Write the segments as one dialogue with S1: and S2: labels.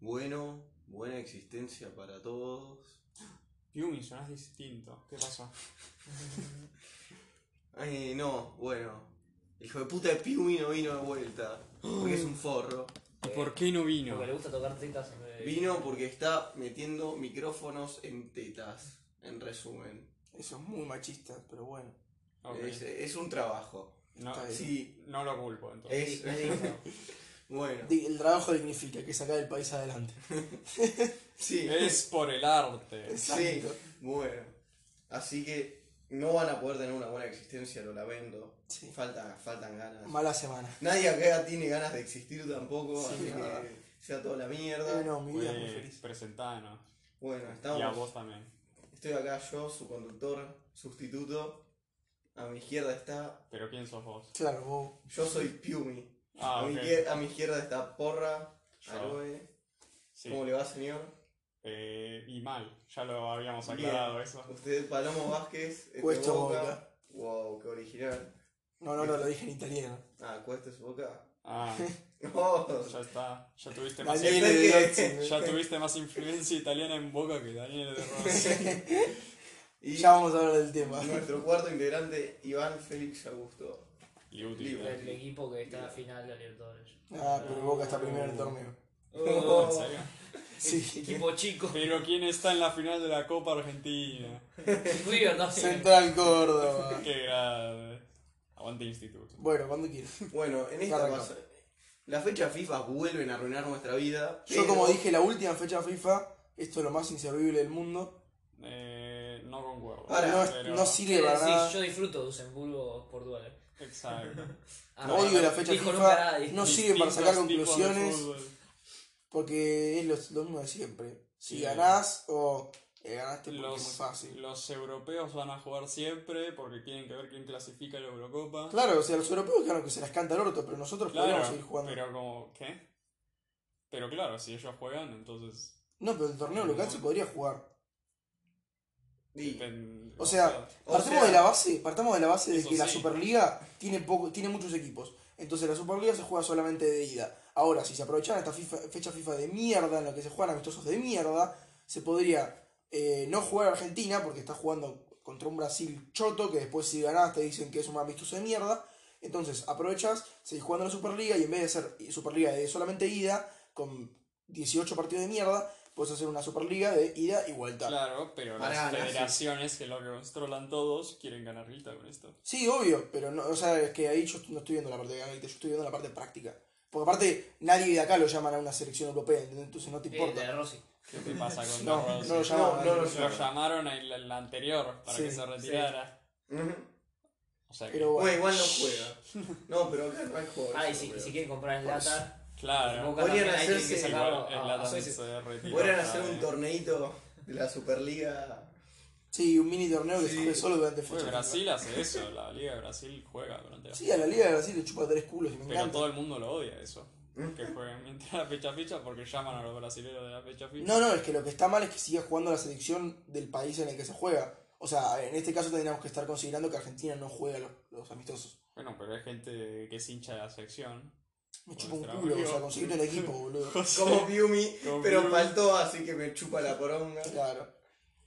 S1: Bueno, buena existencia para todos.
S2: Yumi, sonás distinto. ¿Qué pasó?
S1: Ay, no, bueno. El hijo de puta de Piumi no vino de vuelta. Porque es un forro.
S3: Eh,
S2: ¿Y por qué no vino?
S3: Porque le gusta tocar tetas en vez de-
S1: Vino porque está metiendo micrófonos en tetas. En resumen.
S4: Eso es muy machista, pero bueno.
S2: Ok.
S1: Es, es un trabajo.
S2: No,
S4: está bien.
S1: Sí,
S2: no lo culpo, entonces.
S1: es. bueno,
S4: Di- El trabajo dignifica, que sacar el país adelante.
S1: sí.
S2: Es por el arte.
S1: Sí, bueno. Así que no van a poder tener una buena existencia, lo lamento.
S4: Sí.
S1: Falta, faltan ganas.
S4: Mala semana.
S1: Nadie acá tiene ganas de existir tampoco,
S4: Sí,
S1: así
S4: nada.
S1: que sea toda la mierda.
S4: Eh, no, mi vida es muy
S2: Eh,
S4: feliz.
S2: presentanos.
S1: Bueno,
S2: Y a vos
S1: estamos.
S2: también.
S1: Estoy acá yo, su conductor, sustituto. A mi izquierda está.
S2: Pero ¿quién sos vos?
S4: Claro, vos.
S1: Yo soy Piumi.
S2: Ah,
S1: a, mi
S2: ok.
S1: izquier- a mi izquierda está Porra,
S2: Yo.
S1: Aloe.
S2: Sí.
S1: ¿Cómo le va, señor?
S2: Eh, y mal, ya lo habíamos
S1: Bien.
S2: aclarado eso.
S1: Usted, Palomo Vázquez. este,
S4: Cuesta
S1: Boca.
S4: Boca.
S1: Wow, qué original.
S4: No, no, no, lo dije en italiano.
S1: Ah, cuesta su boca.
S2: Ah,
S1: Oh,
S2: ya está. Ya tuviste más,
S1: Daniel.
S4: Daniele de
S1: que-
S4: Rossi.
S2: ya tuviste más influencia italiana en boca que Daniel de Rossi.
S1: y-
S4: Ya vamos a hablar del tema.
S1: Nuestro cuarto integrante, Iván Félix Augusto.
S2: Y útil. ¿eh?
S1: Libre.
S3: El equipo que está en la final de Libertadores.
S4: Ah, pero Boca está primero en el torneo.
S2: Oh, ¿En serio?
S4: Sí.
S3: Equipo chico.
S2: Pero ¿quién está en la final de la Copa Argentina?
S3: River también.
S4: Central Córdoba.
S2: Qué grave. eh, Aguante instituto.
S4: Bueno, cuando quieras.
S1: Bueno, en esta
S4: Arranca.
S1: pasa- Las fechas FIFA vuelven a arruinar nuestra vida.
S4: Yo,
S1: pero-
S4: como dije, la última fecha FIFA, esto es lo más inservible del mundo.
S2: Eh, no con huevo.
S1: Ahora,
S4: Ah, No,
S2: pero-
S4: no
S3: Quiere
S4: sirve para
S3: decir,
S4: nada.
S3: yo disfruto de Luxemburgo Portugal.
S2: Exacto.
S3: Ah,
S4: Odio la fecha
S3: dijo nunca
S4: FIFA.
S3: nadie.
S4: No sirve para sacar
S2: Distintos tipos de
S4: conclusiones.
S2: fútbol.
S4: Porque es lo, lo mismo de siempre. Si
S2: Sí.
S4: ganás o eh, ganaste porque es muy
S2: Los,
S4: fácil.
S2: los europeos van a jugar siempre porque tienen que ver quién clasifica la Eurocopa.
S4: Claro, o sea, los europeos claro que se las canta el orto, pero nosotros podríamos seguir jugando.
S2: Pero como, ¿qué? Pero claro, si ellos juegan, entonces...
S4: No, pero el torneo local se podría jugar.
S1: Sí.
S2: depende-
S4: O sea,
S1: O
S4: partamos
S1: sea-
S4: de la base, partamos de la base de
S2: Eso
S4: que la
S2: sí.
S4: Superliga tiene poco, tiene muchos equipos. Entonces la Superliga se juega solamente de ida. Ahora, si se aprovechara esta FIFA fecha FIFA de mierda en la que se juegan amistosos de mierda, se podría eh, no jugar Argentina porque está jugando contra un Brasil choto que después si ganás te dicen que es un amistoso de mierda. Entonces aprovechas, seguís jugando la Superliga y en vez de hacer Superliga de solamente ida con 18 partidos de mierda, puedes hacer una Superliga de ida y vuelta.
S2: Claro, pero
S1: Pará,
S2: las
S1: no, sí.
S2: federaciones que lo que controlan todos quieren ganar guita con esto.
S4: Sí, obvio, pero no, o sea, es que ahí yo no estoy viendo la parte de ganar, yo estoy viendo la parte práctica. Porque aparte, nadie de acá lo llaman a una selección europea, ¿entendés? entonces no te
S3: Eh, de
S4: importa.
S3: Rossi.
S2: ¿Qué te pasa con
S4: No,
S2: la
S4: no lo
S2: Rossi?
S4: llaman.
S1: No, no lo
S4: eh,
S2: Lo llamaron en la, en la anterior para
S4: Sí,
S2: que se retirara.
S1: Ujú.
S2: O sea, que-
S4: Pero bueno,
S1: Bueno, igual no juega. No, pero acá no hay juego.
S3: Ah, y si, y si quieren comprar el Lata,
S2: claro.
S3: Boca
S1: Podrían
S3: también ahí tienen que
S1: hacerse-
S3: sacarlo
S2: Igual el
S3: a, a
S2: Lata
S3: Suecia.
S2: se retiró.
S1: Podrían
S2: ¿sabes?
S1: hacer un torneito de la Superliga.
S4: sí, un mini torneo que
S1: Sí.
S4: se juegue solo durante
S2: Uy,
S4: fecha.
S2: Brasil hace eso, la Liga de Brasil juega durante la
S4: Sí, a la Liga de Brasil le chupa tres culos y me
S2: Pero
S4: encanta.
S2: todo el mundo lo odia eso. Que jueguen mientras la fecha ficha porque llaman a los brasileños de la fecha ficha.
S4: No, no, es que lo que está mal es que siga jugando la selección del país en el que se juega. O sea, en este caso tendríamos que estar considerando que Argentina no juega los, los amistosos.
S2: Bueno, pero hay gente que es hincha de la sección.
S4: Me
S2: Bueno,
S4: chupa un
S2: está
S4: culo, o
S2: bien.
S4: sea, conseguirte el equipo, boludo.
S1: Como Piumi,
S2: Como
S1: pero
S2: Piumi.
S1: faltó, así que me chupa la poronga.
S4: Claro.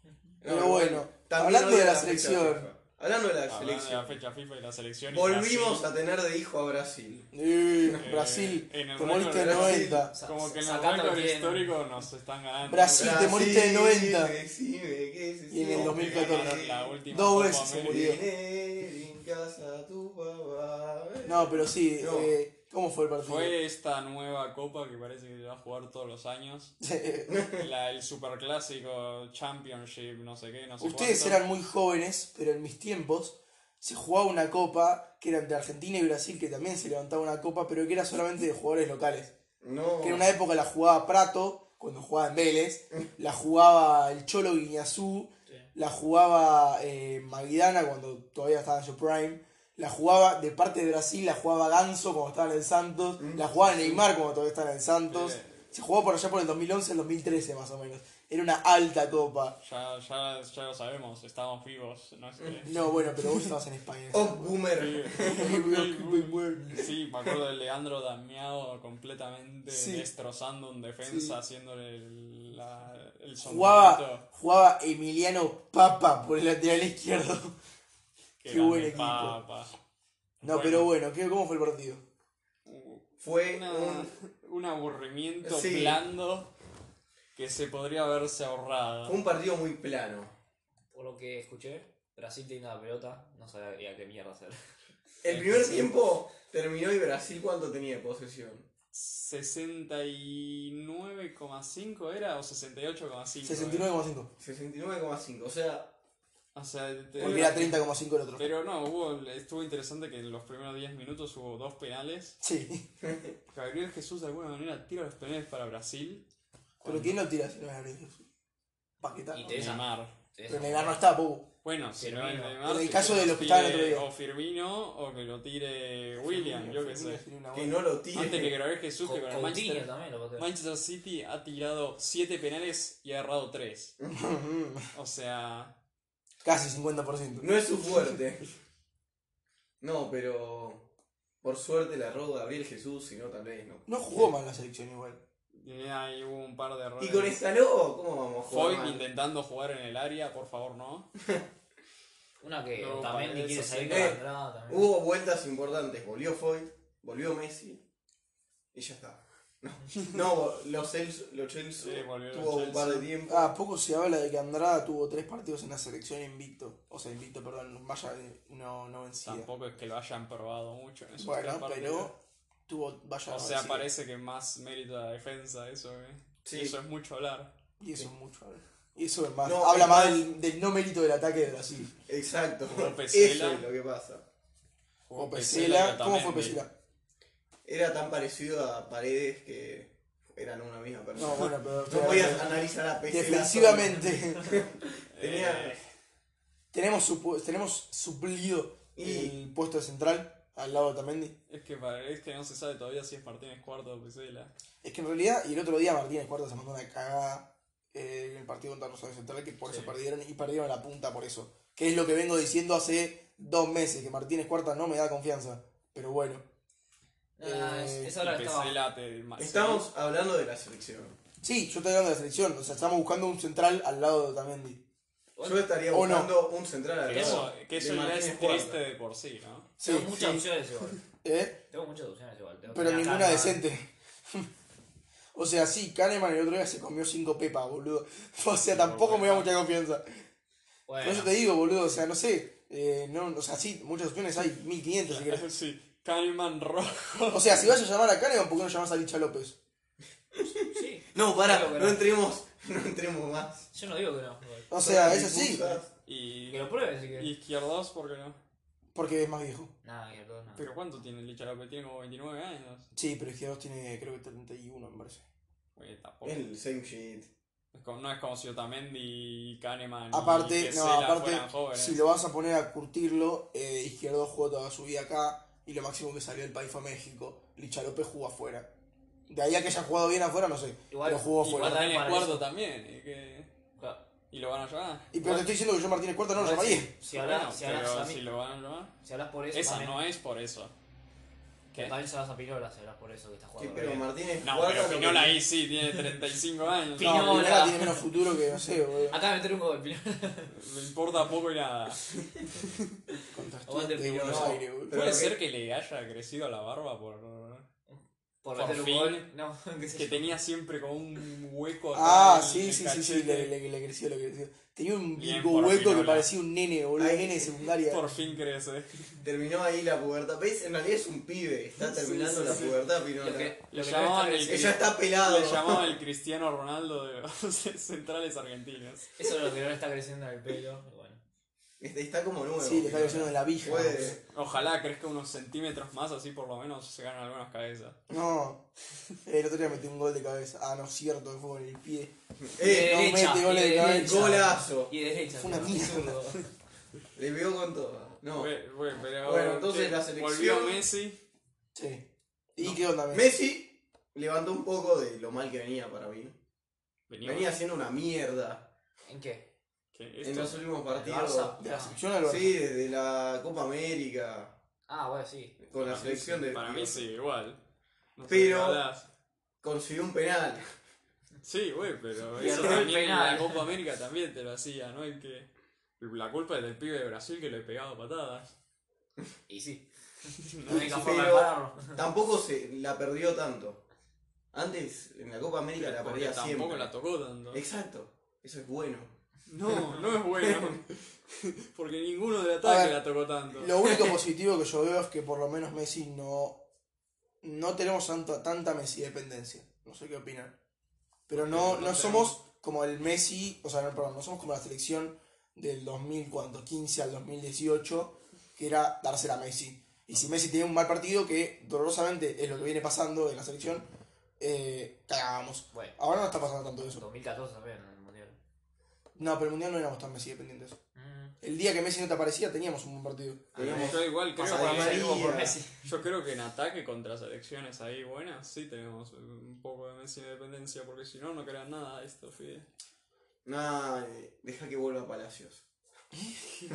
S1: No,
S4: Pero bueno,
S1: también
S4: hablando
S1: odio
S4: de la
S1: fecha
S4: selección.
S1: FIFA. Hablando de la
S2: Hablando de
S1: selección.
S2: Ah, la fecha FIFA y la selección. y
S1: Volvimos
S2: Brasil,
S1: a tener de hijo a Brasil.
S4: Eh,
S2: Eh,
S4: Brasil,
S2: en el
S4: te moriste en
S1: récord de
S4: 90.
S3: Brasil.
S2: Como que en el
S3: Sacando
S2: récord
S3: quién.
S2: histórico nos están ganando.
S4: Brasil. Sí, te moriste en 90.
S1: Decime, ¿qué es
S4: Y en el
S2: Como
S4: 2014.
S2: que ganaron La última
S4: Dos
S2: Copa
S4: veces se
S2: América.
S4: murió.
S1: Tener en casa a tu papá.
S4: No, pero sí,
S1: No.
S4: eh, ¿cómo fue el partido?
S2: Fue esta nueva copa que parece que se va a jugar todos los años. La, el superclásico Championship, no sé qué, no sé
S4: Ustedes
S2: cuánto.
S4: eran muy jóvenes, pero en mis tiempos se jugaba una copa que era entre Argentina y Brasil, que también se levantaba una copa, pero que era solamente de jugadores locales.
S1: No.
S4: Que en una época la jugaba Prato, cuando jugaba en Vélez, la jugaba el Cholo Guiñazú,
S3: Sí.
S4: la jugaba eh, Maguidana cuando todavía estaba en su prime, la jugaba de parte de Brasil, la jugaba Ganso cuando estaba en el Santos, la jugaba Neymar cuando todavía estaba en el Santos.
S2: Eh,
S4: Se jugó por allá por el 2011, el 2013 más o menos. Era una alta copa.
S2: Ya, ya, ya lo sabemos, estamos vivos, no es que...
S4: No, bueno, pero vos estabas en España.
S1: Oh, boomer.
S2: Sí, me acuerdo de Leandro Damiado completamente
S4: Sí.
S2: destrozando un
S4: Sí.
S2: defensa, haciéndole el, la- el sombrerito.
S4: Jugaba, jugaba Emiliano Papa por el lateral izquierdo.
S2: que
S4: qué
S2: grande,
S4: buen equipo.
S2: Papa.
S4: No,
S2: Bueno,
S4: pero bueno, ¿qué, ¿cómo fue el partido?
S1: Fue
S2: una-
S1: un,
S2: un aburrimiento
S1: Sí.
S2: blando que se podría haberse ahorrado.
S1: fue un partido muy plano.
S3: Por lo que escuché, Brasil tenía una pelota, no sabía qué mierda hacer.
S1: El primer tiempo terminó y Brasil cuánto tenía de posesión.
S2: 69,5 era o 68,5.
S4: 69,5.
S1: 69,5. O sea,
S2: O sea, te-
S4: Porque era 30,5 el otro.
S2: Pero no, hubo, estuvo interesante que en los primeros 10 minutos hubo dos penales.
S4: Sí.
S2: Gabriel Jesús de alguna manera tira los penales para Brasil.
S4: Pero ¿quién lo tira si no es Gabriel Jesús? Paquetá.
S3: Y te-
S2: Neymar.
S4: Pero Neymar no está, Pupu.
S2: Bueno, si no es
S3: Firmino.
S2: Neymar,
S4: En el
S2: que
S4: caso de
S2: lo
S4: los que estaban el
S2: tire
S4: otro día.
S2: O Firmino o que lo tire William, yo qué sé.
S1: que no lo
S2: Antes que
S1: tire.
S2: Gabriel Jesús, que con el
S3: Coutinho
S2: Manchester,
S3: también lo pateó.
S2: Manchester City ha tirado 7 penales y ha errado 3. O sea,
S4: Casi 50%.
S1: No es su fuerte. No, pero por suerte la erró Gabriel Jesús, si no tal vez no.
S4: No jugó mal la selección igual.
S2: eh, ahí hubo un par de errores.
S1: Y con Estaló, ¿cómo vamos a
S2: Foyt
S1: jugar? mal?
S2: intentando jugar en el área, por favor, no.
S3: Una que
S2: No,
S3: también
S2: para
S3: ni quiere
S2: eso
S3: salir
S1: sí.
S3: con la
S1: Eh,
S3: entrada también.
S1: Hubo vueltas importantes. Volvió Foyt, volvió Messi y ya está. No, no los Celso, los Celso
S2: Sí, volvió
S1: tuvo
S2: los
S1: un par de
S2: Celso.
S1: tiempo.
S4: Ah, poco se habla de que Andrada tuvo tres partidos en la selección invicto. O sea, invicto, perdón, vaya eh, no, no vencida.
S2: Tampoco es que lo hayan probado mucho en esos tres
S4: Bueno,
S2: partidos.
S4: pero tuvo vaya
S2: O
S4: no
S2: sea,
S4: vencida.
S2: parece que más mérito a la defensa eso, eh.
S1: Sí.
S2: Eso es mucho hablar.
S4: Y eso es mucho. habla. Y eso es más.
S1: No,
S4: habla
S1: es
S4: más
S1: más-
S4: del, del no mérito del ataque de Brasil.
S1: Exacto.
S2: Jugó
S1: Eso
S2: Pesela.
S1: es lo que pasa.
S4: O
S2: Pesela eh.
S4: Pesela.
S2: y
S4: ¿Cómo fue
S2: Otamendi.
S4: Pesela?
S1: Era tan parecido a Paredes que eran una misma persona.
S4: No, bueno, pero.
S1: No podías analizar a Pesela.
S4: Defensivamente.
S1: solo. Tenía...
S2: Eh,
S4: tenemos, supu- tenemos suplido
S1: Y-
S4: el puesto de central al lado de Tamendi.
S2: es que pare- es que no se sabe todavía si es Martínez cuarto o Pesela.
S4: Es que en realidad, y el otro día Martínez Cuarta se mandó una cagada eh, en el partido contra Rosario Central, que por
S2: Sí.
S4: eso perdieron y perdieron la punta por eso. Que es lo que vengo diciendo hace dos meses, que Martínez Cuarta no me da confianza. Pero bueno,
S3: Ah, es-
S4: eh,
S3: esa hora
S2: Y
S3: estaba.
S2: Pesela te ma-
S1: Estamos hablando de la selección.
S4: sí, yo estoy hablando de la selección, o sea, estamos buscando un central al lado de Tamendi.
S1: Yo estaría
S4: O no.
S1: buscando un central al
S2: Que eso,
S1: lado
S2: que
S1: de
S2: eso ya
S1: Martínez
S2: es
S1: Cuarta.
S2: triste de por sí, ¿no?
S4: Sí,
S3: Tengo muchas
S4: sí.
S3: opciones igual.
S4: ¿Eh?
S3: Tengo muchas opciones igual. Tengo que
S4: Pero
S3: tener
S4: ninguna
S3: calma.
S4: decente. o sea, sí, Kahneman el otro día se comió cinco pepas, boludo. O sea, tampoco me da mucha confianza. Por eso
S3: Bueno,
S4: te digo, boludo, o sea, no sé. eh, no, o sea, sí, muchas opciones hay, 1500 si querés.
S2: Sí, Kahneman rojo.
S4: O sea, si vas a llamar a Kahneman, ¿por qué no llamas a Licha López?
S3: sí.
S1: No, pará,
S3: Creo que
S1: no
S3: no.
S1: entremos, no entremos más.
S3: Yo no digo que no. igual.
S4: O sea,
S1: Son
S4: eso sí,
S1: excusas.
S2: Y,
S3: Que lo pruebes, si que.
S2: izquierdos, ¿por qué no?
S4: porque es más viejo.
S3: Nada, que todo nada.
S2: Pero ¿cuánto tiene Licha López? Tiene como 29 años.
S4: Sí, pero Izquierdos tiene, creo que 31, me parece.
S2: Oye, tampoco.
S1: El same shit.
S2: Es como- no es como si Otamendi y Kahneman y
S4: Aparte, no,
S2: Pesela
S4: aparte,
S2: fueran jóvenes.
S4: si lo vas a poner a curtirlo, eh, Izquierdos jugó toda su vida acá y lo máximo que salió del país fue a México. Licha López jugó afuera. De ahí a que haya jugado bien afuera, no sé.
S3: Igual,
S4: pero jugó
S2: Y
S4: afuera.
S3: igual-
S2: Martínez
S3: para
S2: Cuarto
S3: eso.
S2: también. Y, que-
S3: Claro.
S2: y lo van a llevar.
S4: Y pero te estoy diciendo que yo a Martínez Cuarta no lo
S3: Igual
S4: llamaría.
S3: si- Si
S2: Bueno,
S3: hablas si hablas
S2: pero
S3: a mí-
S2: si lo van a llevar.
S3: si hablas por eso.
S2: Esa
S3: también-
S2: no es por eso.
S3: Que también se vas a Pirola, será por eso que está
S1: Sí,
S3: jugando.
S1: pero
S3: bien.
S1: Martínez
S2: No,
S1: Cuarta
S2: pero
S1: lo que-
S2: Pinola ahí sí tiene 35 años.
S3: Pinola.
S4: No, Rivera tiene menos futuro que, no sé, boludo.
S3: Acá meter un gol, Pirola.
S2: Me importa poco y nada.
S4: Contra
S3: Aguante
S4: Estudiantes de
S3: Pinola.
S4: Buenos Aires, boludo.
S1: Pero
S2: Puede
S1: que-
S2: ser que le haya crecido la barba por.
S3: Por
S2: Por
S3: meter un
S2: fin.
S3: gol. No, qué sé
S2: Que
S3: yo.
S2: tenía siempre como un hueco. acá
S4: Ah,
S2: en el- en
S4: sí,
S2: el
S4: sí, sí, sí,
S2: cachete.
S4: le, le, le creció, le creció. Tenía un
S2: Bien
S4: bico
S2: por
S4: hueco que
S2: Pinola.
S4: parecía un nene, boludo, un
S1: Ay,
S4: nene de secundaria.
S2: Por fin crece.
S1: Terminó ahí la pubertad. ¿Ves? En realidad es un pibe. Está terminando
S4: sí,
S1: la
S4: sí.
S1: pubertad, Pinola.
S3: Lo que,
S2: Le
S3: lo que
S2: llamaban
S3: no
S2: el-
S3: está
S1: Ella está pelado.
S2: Le llamaba el Cristiano Ronaldo de los centrales argentinos.
S3: Eso es lo que no le está creciendo el pelo. y Bueno.
S1: Está, Este, está como nuevo.
S4: Sí, le está
S1: Pinola.
S4: creciendo de la vija.
S1: Puede-
S2: Ojalá crezca unos centímetros más, así por lo menos se ganan algunas cabezas.
S4: No. El otro día metió un gol de cabeza. Ah, no, cierto, fue con el pie.
S1: Eh,
S4: no mete goles de cabeza.
S1: golazo.
S3: Y de derecha.
S4: Fue una
S3: ¿no?
S4: mierda.
S1: Le pegó con todo. No.
S2: Fue- fue- pero
S1: Bueno, entonces la
S2: Volvió
S1: selección-
S2: Messi.
S4: Sí. ¿Y qué onda, Messi?
S1: Messi levantó un poco de lo mal que venía para mí.
S2: Venimos.
S1: Venía haciendo una mierda
S3: ¿En qué?
S2: ¿Qué?
S1: en
S2: Esto-
S1: los últimos partidos.
S3: Barça?
S4: De la
S3: Ah.
S4: selección al Barça.
S1: Sí, desde la Copa América,
S3: Ah, bueno, sí.
S1: con la
S2: para mí
S1: selección
S2: sí,
S1: de.
S2: Para mí sí, igual. No sé
S1: Pero-
S2: qué hablas.
S1: Consiguió un penal.
S2: Sí, güey, pero
S3: Y
S2: eso
S3: erró el
S2: también en la
S3: penal.
S2: Copa América también te lo hacía, ¿no? En que la culpa es del pibe de Brasil que le pegaba patadas.
S3: Y sí. La
S2: No,
S3: única
S1: sí,
S3: forma de
S1: pero-
S3: pararlo.
S1: Tampoco se la perdió tanto. Antes, en la Copa América la
S2: porque
S1: perdía
S2: tampoco
S1: siempre.
S2: la tocó tanto.
S1: Exacto. Eso es bueno.
S2: No, no es bueno. Porque ninguno del ataque
S4: A ver,
S2: la tocó tanto.
S4: Lo único positivo que yo veo es que por lo menos Messi no. No tenemos tanto, tanta Messi dependencia. No sé qué opinan. Pero no,
S2: No
S4: no
S2: tenemos-
S4: somos como el Messi, o sea, no, perdón, no somos como la selección del 2015 al 2018, que era dársela a Messi. Y si Messi tenía un mal partido, que dolorosamente es lo que viene pasando en la selección, eh, cagábamos.
S3: Bueno,
S4: Ahora no está pasando tanto eso.
S3: 2014 también en el Mundial.
S4: No, pero el Mundial no éramos tan Messi dependientes.
S3: Mm.
S4: El día que Messi no te aparecía, teníamos un buen partido.
S1: Teníamos-
S2: Yo igual creo
S1: Pasa
S2: que
S1: por María.
S3: Digo por Messi.
S2: Yo creo que en ataque contra selecciones ahí buenas sí tenemos un poco de Messi de dependencia, porque si no, no crean nada de esto, Fide.
S1: Nah, eh, deja que vuelva a Palacios.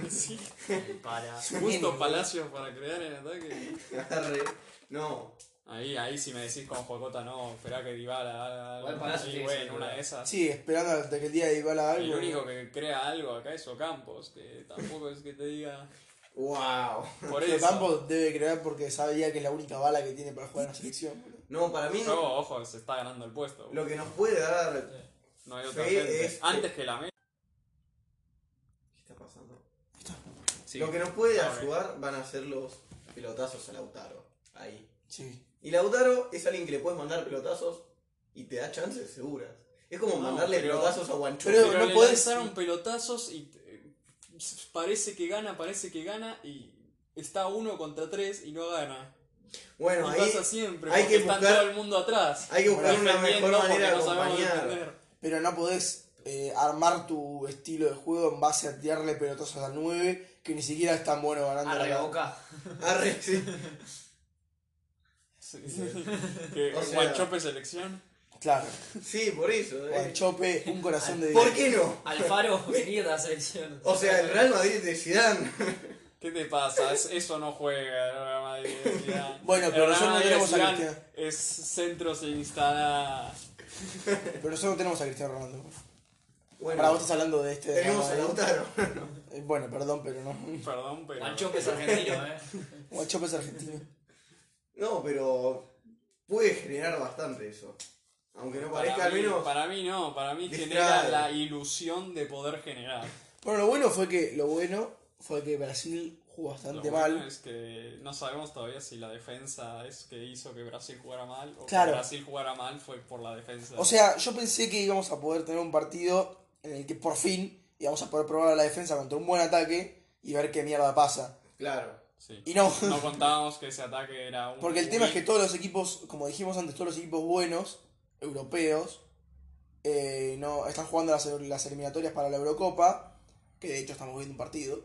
S2: Sí.
S3: El Para.
S2: Justo Palacios para crear en ataque.
S1: Arre. No.
S2: Ahí, ahí si me decís con Jocota no, esperá que Dybala haga algo.
S3: Igual Palacios
S2: Y
S3: tiene que
S2: bueno,
S3: ser
S2: una
S3: titular.
S2: de esas.
S4: Sí, esperando hasta que el día de Dybala algo.
S2: El único que crea algo acá es Ocampos, que tampoco es que te diga
S1: Wow.
S2: por
S4: Pero
S2: eso.
S4: Campos debe creer porque sabía que es la única bala que tiene para jugar en la selección. boludo.
S1: No, para mí
S2: Pero, ojo, se está ganando el puesto.
S1: lo que nos puede dar.
S2: Sí.
S1: ¿Qué
S2: No hay otra
S1: Fe
S2: gente.
S1: es-
S2: Antes que la Messi.
S1: está pasando?
S2: Sí.
S1: Lo que nos puede
S2: Ahora.
S1: ayudar van a ser los pelotazos a Lautaro. Ahí.
S4: Sí.
S1: Y Lautaro es alguien que le puedes mandar pelotazos y te da chances seguras. Es como
S2: No,
S1: mandarle
S2: pero-
S1: pelotazos a Guancho.
S4: Pero
S2: Pero
S4: no
S2: le
S4: podés-
S2: lanzaron pelotazos y eh, parece que gana, parece que gana y está uno contra tres y no gana.
S1: Bueno,
S2: y
S1: ahí
S2: pasa siempre,
S1: hay
S2: porque
S1: que
S2: está
S1: buscar-
S2: todo el mundo atrás.
S1: hay que buscar una
S2: Defendiendo
S1: mejor
S2: porque
S1: manera de
S2: no sabemos
S1: acompañar.
S2: defender.
S4: Pero no podés eh, armar tu estilo de juego en base a tirarle pelotazos al 9, que ni siquiera es tan bueno ganando
S3: Arre
S4: la
S3: boca.
S1: Arre, Ah, sí.
S2: Que
S1: O sea-
S2: Guanchope selección.
S4: Claro.
S1: Sí, por eso. eh.
S4: Juan Chope, un corazón de
S1: ¿Por
S4: Dios.
S1: qué no?
S3: Alfaro venía de la selección.
S1: O sea, el Real Madrid de Zidane.
S2: ¿Qué te pasa? Es- Eso no juega el Real Madrid de Zidane.
S4: Bueno,
S2: El
S4: pero
S2: Real
S4: nosotros no
S2: Madrid de
S4: tenemos a
S2: Zidane
S4: Cristiano.
S2: Es centro se instala.
S4: Pero nosotros no tenemos a Cristiano Ronaldo.
S1: Bueno,
S4: Ahora vos estás hablando de este.
S1: tenemos a
S4: Real Madrid.
S1: Lautaro.
S4: Eh, Bueno, perdón, pero no.
S2: Perdón, pero.
S3: Guanchope es argentino, eh.
S4: Juan Chope es argentino.
S1: No, pero puede generar bastante eso. Aunque no parezca, al
S2: mí-
S1: menos.
S2: para mí no, para mí
S1: Distrae.
S2: genera la ilusión de poder generar.
S4: Bueno, lo bueno fue que. Lo bueno fue que Brasil jugó
S2: Lo
S4: bastante
S2: bueno
S4: mal.
S2: es que no sabemos todavía si la defensa es que hizo que Brasil jugara mal o
S4: Claro.
S2: que Brasil jugara mal fue por la defensa.
S4: O sea, yo pensé que íbamos a poder tener un partido en el que por fin íbamos a poder probar a la defensa contra un buen ataque y ver qué mierda pasa.
S1: Claro.
S2: Sí.
S4: Y no,
S2: No contábamos que ese ataque era un.
S4: porque el tema es que todos los equipos, como dijimos antes, todos los equipos buenos, europeos, eh, no están jugando las, las eliminatorias para la Eurocopa, que de hecho estamos viendo un partido.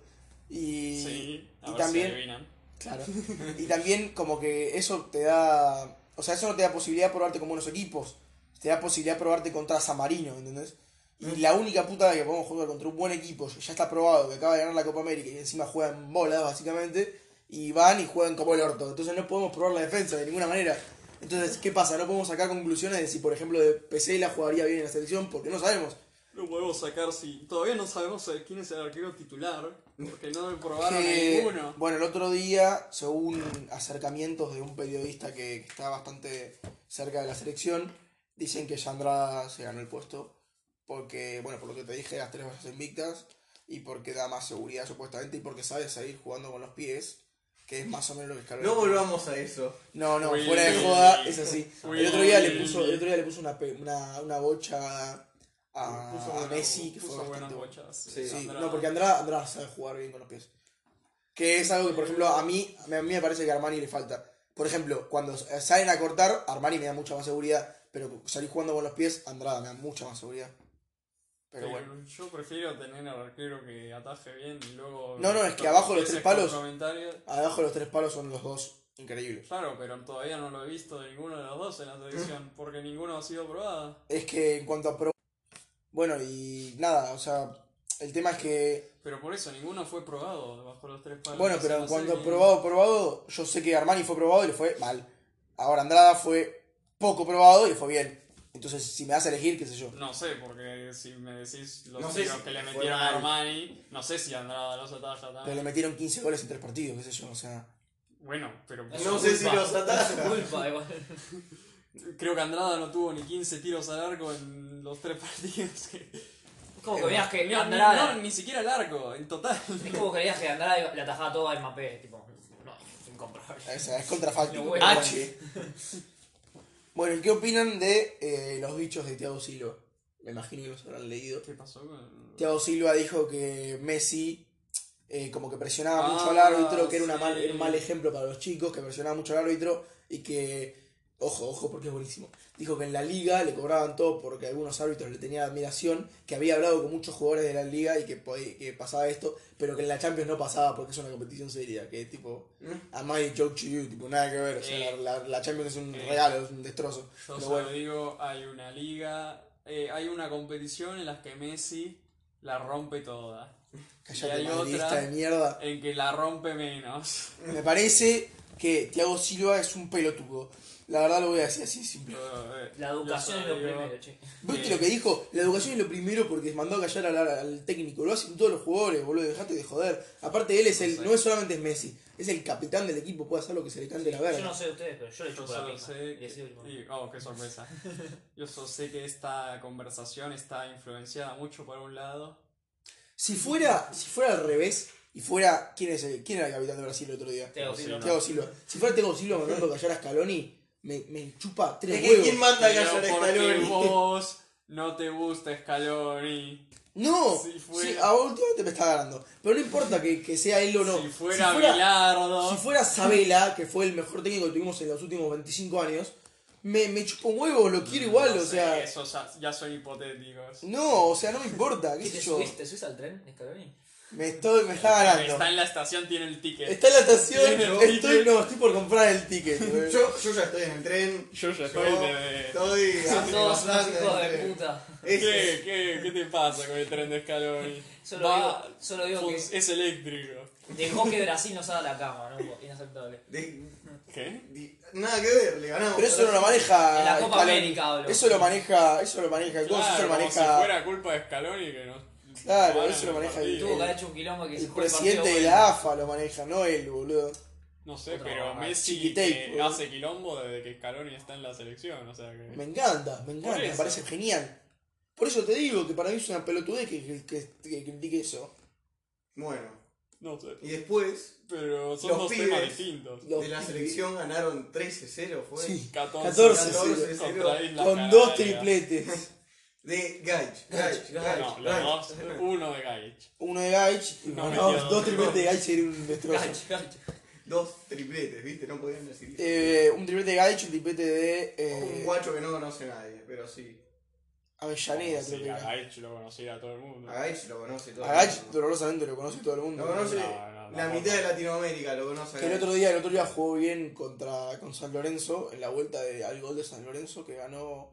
S4: Y,
S2: Sí, a ver
S4: y
S2: si
S4: también,
S2: adivinan.
S4: claro, y también como que eso te da, o sea, eso no te da posibilidad de probarte con buenos equipos, te da posibilidad de probarte contra Samarino, ¿entendés? Y la única puta que podemos jugar contra un buen equipo, ya está probado, que acaba de ganar la Copa América y encima juegan bolas, básicamente, y van y juegan como el orto. Entonces no podemos probar la defensa de ninguna manera. Entonces, ¿qué pasa? No podemos sacar conclusiones de si, por ejemplo, de PC la jugaría bien en la selección, porque no sabemos.
S2: No podemos sacar si. Todavía no sabemos eh, quién es el arquero titular. Porque no probaron
S4: Que,
S2: ninguno.
S4: Bueno, el otro día, según acercamientos de un periodista que, que está bastante cerca de la selección, dicen que Sandra se ganó el puesto porque, bueno, por lo que te dije, las tres vallas invictas y porque da más seguridad supuestamente y porque sabe salir jugando con los pies, que es más o menos lo que Scaloni-
S1: No volvamos a eso.
S4: No, no,
S2: Willy.
S4: fuera de joda, es así.
S2: Willy.
S4: El otro día le puso, el otro día le puso una, pe- una, una bocha a,
S2: Puso
S4: a
S2: buena-
S4: ah, Messi, que fue
S2: puso
S4: bastante
S2: buenas
S4: buena.
S2: bochas.
S1: Sí.
S4: Sí,
S2: Andrada.
S4: no, porque Andrada, Andrada sabe jugar bien con los pies. Que es algo que, por ejemplo, a mí, a mí me parece que a Armani le falta. Por ejemplo, cuando salen a cortar, Armani me da mucha más seguridad. Pero salir jugando con los pies, Andrada me da mucha más seguridad. Pero
S2: Pero
S4: bueno.
S2: Yo prefiero tener al arquero que ataje bien y luego.
S4: No, no, es que
S2: con
S4: abajo los
S2: ese
S4: tres palos-
S2: comentario-
S4: Abajo los tres palos son los dos Increíble.
S2: Claro, pero todavía no lo he visto de ninguno de los dos en la selección, porque ninguno ha sido probado.
S4: Es que en cuanto a pro... Bueno, y nada, o sea, el tema es que...
S2: Pero por eso, ninguno fue probado bajo los tres palos.
S4: Bueno,
S2: O sea,
S4: pero
S2: no
S4: en
S2: sé
S4: cuanto a
S2: quién-
S4: probado, probado, yo sé que Armani fue probado y le fue mal. Ahora Andrada fue poco probado y le fue bien. Entonces, si me das a elegir, qué sé yo.
S2: No sé, porque si me decís los
S1: No sé
S2: tiros
S1: si
S2: que le
S1: fue
S2: metieron a
S1: mal.
S2: Armani, no sé si Andrada los ataja
S4: Pero
S2: también.
S4: le metieron 15 goles en tres partidos, qué sé yo, o sea...
S2: Bueno, pero
S3: Es
S1: No
S3: su
S1: sé si
S3: culpa,
S1: los ataja.
S3: es su culpa, igual.
S2: creo que Andrada no tuvo ni 15 tiros al arco en los tres partidos. que-
S3: como
S1: Eh,
S3: que veías que
S2: No, ni-
S3: Andrada.
S2: no, ni siquiera al arco, en total.
S3: Es como que veías que Andrada le atajaba todo a Mbappé. Tipo, no, es incomparable.
S4: O sea, es contrafáctico.
S3: Lo bueno.
S4: H. Bueno, ¿y qué opinan de eh, los dichos de Thiago Silva? Me imagino que los habrán leído.
S2: ¿Qué pasó con.?
S4: Thiago Silva dijo que Messi eh, como que presionaba
S2: Ah,
S4: mucho al árbitro, que era una
S2: sí.
S4: mal, era un mal ejemplo para los chicos, que presionaba mucho al árbitro y que, ojo, ojo, porque es buenísimo. Dijo que en la liga le cobraban todo porque algunos árbitros le tenían admiración, que había hablado con muchos jugadores de la liga y que, pod- que pasaba esto, pero que en la Champions no pasaba porque es una competición seria, que tipo...
S2: Mm.
S4: A my joke to you, tipo, nada que ver. O sea,
S2: Eh.
S4: la, la- la Champions es un
S2: Eh.
S4: regalo, es un destrozo.
S2: Yo
S4: Pero
S2: solo
S4: bueno,
S2: digo, hay una liga, eh, hay una competición en la que Messi la rompe toda, y
S4: callate,
S2: hay
S4: madridista
S2: otra.
S4: de mierda.
S2: en que la rompe menos.
S4: Me parece que Thiago Silva es un pelotudo. La verdad lo voy a decir así, simple.
S2: Yo, eh,
S3: La
S2: yo
S3: educación es
S2: solo
S3: lo
S2: digo,
S3: primero, che.
S4: ¿Viste
S2: Eh.
S4: lo que dijo? La educación es lo primero porque mandó a callar al, al técnico. Lo hacen todos los jugadores, boludo. Dejate de joder. Aparte, él es el,
S2: No sé.
S4: no es solamente es Messi, es el capitán del equipo. Puede hacer lo que se le cante la
S3: Yo
S4: verga.
S3: no sé de ustedes, pero yo le
S2: Yo
S3: chupo la
S2: solo
S3: pija.
S2: sé,
S3: Y le sigo el
S2: que-
S3: mamón.
S2: y- oh, qué sorpresa. Yo solo sé que esta conversación está influenciada mucho por un lado.
S4: Si fuera, si fuera al revés y fuera. ¿Quién, es el- quién era el capitán de Brasil el otro día?
S3: Thiago Silva.
S2: Sí,
S4: Thiago Silva. Si fuera Thiago Silva mandando a callar a Scaloni, me, me chupa tres
S1: Es que
S4: huevos.
S1: ¿quién manda a
S2: Pero
S1: callar a
S2: porque
S1: Scaloni?
S2: vos no te gusta Scaloni.
S4: No,
S2: Si
S4: sí,
S2: fuera-
S4: a- últimamente me está ganando. Pero no importa que, que sea él o no.
S2: Si fuera
S4: si fuera,
S2: Bilardo.
S4: si fuera Sabela, que fue el mejor técnico que tuvimos en los últimos 25 años, me, me chupa un huevo, lo quiero igual,
S2: No
S4: o
S2: sé,
S4: sea.
S2: Eso ya, ya son hipotéticos.
S4: No, o sea, no me importa, qué
S3: ¿Qué te
S4: sé yo.
S3: subís? ¿Te subís al tren, Scaloni?
S4: Me, estoy, me está ganando.
S2: Está en la estación, tiene el ticket.
S4: Está en la estación,
S2: Tiene el
S4: estoy,
S2: ticket.
S4: no, estoy por comprar el ticket. boludo.
S1: Yo, yo ya estoy en el tren.
S2: Yo ya
S1: Yo
S2: estoy de...
S1: estoy
S3: Son todos unos
S1: bastante eh.
S3: hijos
S1: en el
S3: de
S1: tren.
S3: puta.
S1: Ese-
S2: ¿Qué, qué, ¿Qué te pasa con el tren de Scaloni?
S3: Solo
S2: Va-
S3: digo, solo digo
S2: fun-
S3: que
S2: Es eléctrico.
S3: dejó que Brasil nos haga la cama, ¿no?
S4: Eh,
S3: Inaceptable.
S1: de-
S2: ¿Qué?
S1: de- nada que ver, le ganamos.
S4: Pero eso no lo maneja.
S3: En la Copa
S4: Scaloni.
S3: América hablo.
S4: Eso lo maneja. Eso lo maneja. el Coso,
S2: Claro,
S4: eso lo
S2: como si
S4: maneja.
S2: fuera culpa de Scaloni que nos...
S4: Claro,
S2: robaron
S4: eso lo
S2: el
S4: maneja
S2: partido.
S3: Tuvo que haber hecho un quilombo que se
S4: El
S3: jugó partido
S4: presidente de
S3: bueno.
S4: la AFA lo maneja, no él, boludo.
S2: No sé,
S3: Otra
S2: pero
S3: barra.
S2: Messi
S4: Chiquitape,
S2: eh,
S4: boludo.
S2: hace quilombo desde que Scaloni está en la selección, o sea
S4: Me
S2: que...
S4: encanta, me encanta, me
S2: eso.
S4: parece genial. Por eso te digo que para mí es una pelotudez que, que, que- que critique eso.
S1: Bueno,
S2: No sé.
S1: y después
S2: Pero son
S1: Los
S2: dos
S1: pibes.
S2: temas distintos.
S4: Los
S1: de la
S4: pibes.
S1: selección ganaron 13-0, fue.
S4: Sí,
S2: 14,
S4: 14,
S1: 14,
S2: contra Islas
S4: con dos
S2: Canarias.
S4: tripletes.
S1: De Gaich. Gaich, Gaich.
S2: No,
S1: Gaich.
S2: los dos, uno de Gaich.
S4: Uno de Gaich, y
S2: No,
S4: bueno,
S2: metió
S4: dos
S2: dos.
S4: tripletes de Gaich sería un destrozo.
S3: Gancho, gancho.
S1: Dos tripletes, ¿viste? No podían decir. eso.
S4: Eh, un triplete de Gaich, un triplete de
S1: un
S4: eh,
S1: guacho que no conoce nadie, pero sí.
S4: Avellaneda, creo
S2: Sí,
S4: que
S2: a
S4: era. Ah,
S2: Gaich lo conocía a todo el mundo.
S1: A Gaich lo conoce todo.
S4: A Gaich dolorosamente lo conoce todo el mundo.
S1: Lo conoce
S2: No, no, no,
S1: la
S2: no.
S1: mitad de Latinoamérica, lo conoce. a
S4: Que el
S1: Gaich.
S4: otro día, el otro día jugó bien contra con San Lorenzo, en la vuelta de, al gol de San Lorenzo, que ganó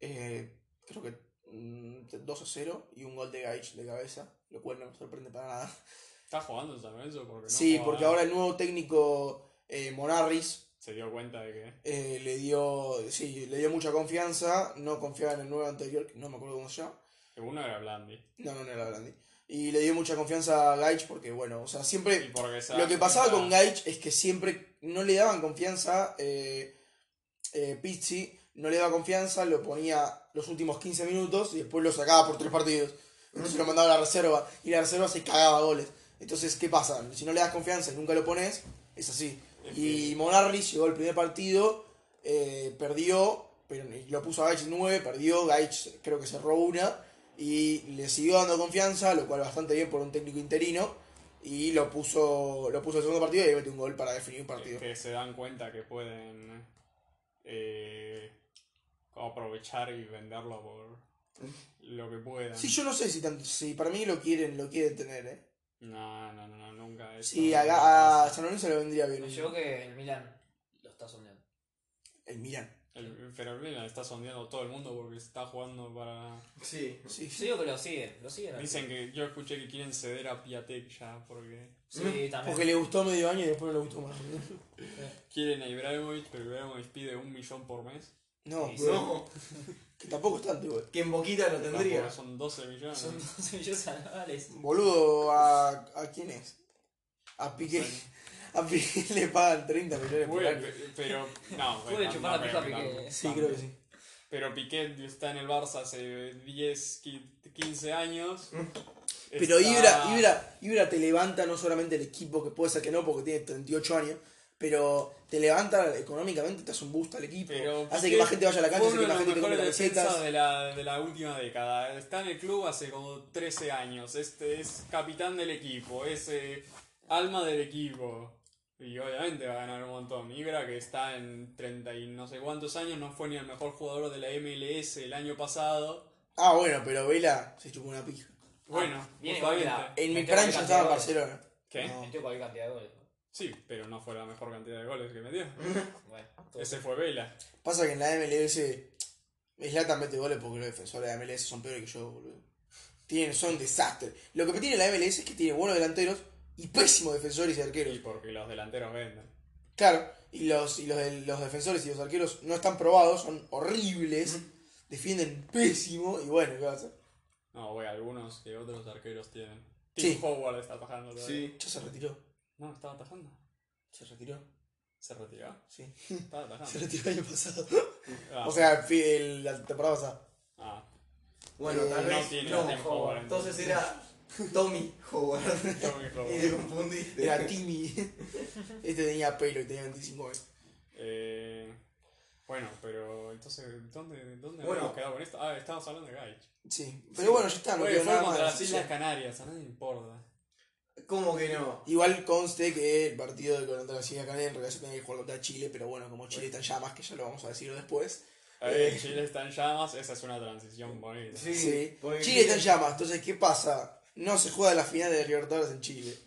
S4: eh, creo que mm, 2 a 0 y un gol de Gaich de cabeza, lo cual no me sorprende para nada.
S2: Está jugando en San Lorenzo porque no
S4: sí,
S2: juega
S4: porque
S2: nada.
S4: ahora el nuevo técnico eh, Monarris
S2: se dio cuenta de que
S4: eh, le dio. Sí, le dio mucha confianza. No confiaba en el nuevo anterior, que no me acuerdo cómo se llama.
S2: que uno era Blandi.
S4: No, no, no era Grandi. Y le dio mucha confianza a Gaich porque, bueno, o sea, siempre.
S2: Y porque se
S4: Lo
S2: da
S4: que pasaba
S2: cuenta-
S4: con Gaich es que siempre no le daban confianza. Eh, eh, Pizzi no le daba confianza, lo ponía los últimos 15 minutos y después lo sacaba por tres partidos. Entonces lo mandaba a la reserva y la reserva se cagaba a goles. Entonces, ¿qué pasa? Si no le das confianza y nunca lo pones, es así. Y Monarris llegó al primer partido, eh, perdió, pero lo puso a Gaich 9, perdió, Gaich creo que cerró una y le siguió dando confianza, lo cual bastante bien por un técnico interino. Y lo puso, lo puso al segundo partido y le metió un gol para definir un partido.
S2: que se dan cuenta que pueden eh, aprovechar y venderlo por lo que puedan.
S4: Sí, yo no sé si tanto, si para mí lo quieren, lo quieren tener, eh.
S2: No, no, no, no, nunca. eso
S4: Sí,
S2: no
S4: acá a
S2: pasa.
S4: San Lorenzo le vendría bien.
S3: Me
S4: un-
S3: llegó que el Milan lo está sondeando.
S4: El Milan.
S2: El- pero el Milan está sondeando a todo el mundo porque está jugando para.
S1: Sí.
S4: Sí,
S3: Yo digo que lo siguen, lo siguen.
S2: Dicen que yo escuché que quieren ceder a Piatek ya porque
S3: Sí, también.
S4: Porque le gustó medio año y después no le gustó más.
S2: quieren a Ibrahimovic, pero Ibrahimovic pide un millón por mes.
S4: No,
S3: Sí,
S1: No,
S4: que tampoco es tanto, igual.
S1: que en Boquita lo tendría.
S2: Tampoco Son 12 millones.
S3: Son 12 millones anuales.
S4: Boludo, ¿a, a quién es? A Piqué.
S2: Sí.
S4: A Piqué le pagan 30 millones por
S2: Bueno,
S4: año.
S2: pe- pero no,
S3: Puede
S2: bueno,
S3: chupar la
S2: no,
S3: pija
S2: pero-
S3: Piqué.
S2: no,
S4: Sí,
S2: no.
S4: creo que sí.
S2: Pero Piqué está en el Barça hace 10, 15 años.
S4: Mm. Pero
S2: Está-
S4: Ibra, Ibra, Ibra te levanta no solamente el equipo, que puede ser que no, porque tiene 38 años, pero te levanta económicamente, te hace un boost al equipo,
S2: Pero
S4: hace
S2: Piqué
S4: que más gente vaya a la cancha,
S2: fue
S4: hace que
S2: uno
S4: más
S2: de los
S4: gente te compre
S2: mejores defensas
S4: camisetas.
S2: de la, de la última década. Está en el club hace como 13 años. Este es capitán del equipo, es eh, alma del equipo. Y obviamente va a ganar un montón. Ibra, que está en 30 y no sé cuántos años, no fue ni el mejor jugador de la MLS el año pasado.
S4: Ah, bueno, pero Vela se chupó una pija.
S2: Bueno,
S3: viene
S2: justamente.
S3: con la-
S4: En mi
S3: Metió
S4: prime yo
S3: cualquier
S4: estaba en
S3: cantidad
S4: Barcelona.
S2: ¿Qué?
S4: No.
S3: Metió cualquier cantidad de goles.
S2: Sí, pero no fue la mejor cantidad de goles que metió.
S3: Bueno, todo.
S2: Ese fue Vela.
S4: Pasa que en la MLS, Slatan mete goles porque los defensores de la MLS son peores que yo, boludo. Tienen, son un desastre. Lo que tiene la MLS es que tiene buenos delanteros y pésimos defensores y
S2: Y
S4: arqueros.
S2: porque los delanteros venden.
S4: Claro, y los, y los, del- los defensores y los arqueros no están probados, son horribles, defienden pésimo y bueno, ¿qué va a hacer?
S2: No, güey, algunos que otros arqueros tienen.
S4: Sí.
S2: Tim Howard está atajando todavía.
S1: Sí.
S4: Ya se retiró.
S2: No, estaba atajando.
S4: Se retiró.
S2: Se retiró.
S4: Sí.
S2: Estaba
S4: Se
S2: atajando.
S4: retiró el año pasado.
S2: Ah,
S4: O sea, fi- el- la temporada pasada.
S2: ah.
S1: Bueno,
S4: Eh,
S1: tal
S2: no
S1: vez.
S2: tiene
S1: No,
S2: Tim
S1: Howard.
S2: Howard,
S1: Entonces
S2: entonces.
S1: era Tommy Howard.
S2: Tommy
S1: Y te
S2: Howard.
S1: confundiste.
S4: Era Timmy. Este tenía pelo y tenía 25 años.
S2: Eh, bueno, pero entonces, ¿dónde, dónde
S1: Bueno.
S2: habíamos quedado con esto? Ah, estábamos hablando de Gaich.
S4: Sí, pero bueno, ya está, no
S2: Güey,
S4: quedó
S2: fue
S4: nada
S2: contra
S4: más.
S2: las Islas Canarias, a nadie le importa.
S1: ¿Cómo que no?
S4: Igual conste que el partido de contra las Islas Canarias en realidad se tenía que jugar contra Chile, pero bueno, como Chile está en llamas, que ya lo vamos a decir después.
S2: Eh, Chile está en llamas, esa es una transición bonita.
S1: Sí,
S4: Sí.
S1: porque-
S4: Chile está en llamas, entonces ¿qué pasa? No se juega la final de Libertadores en Chile.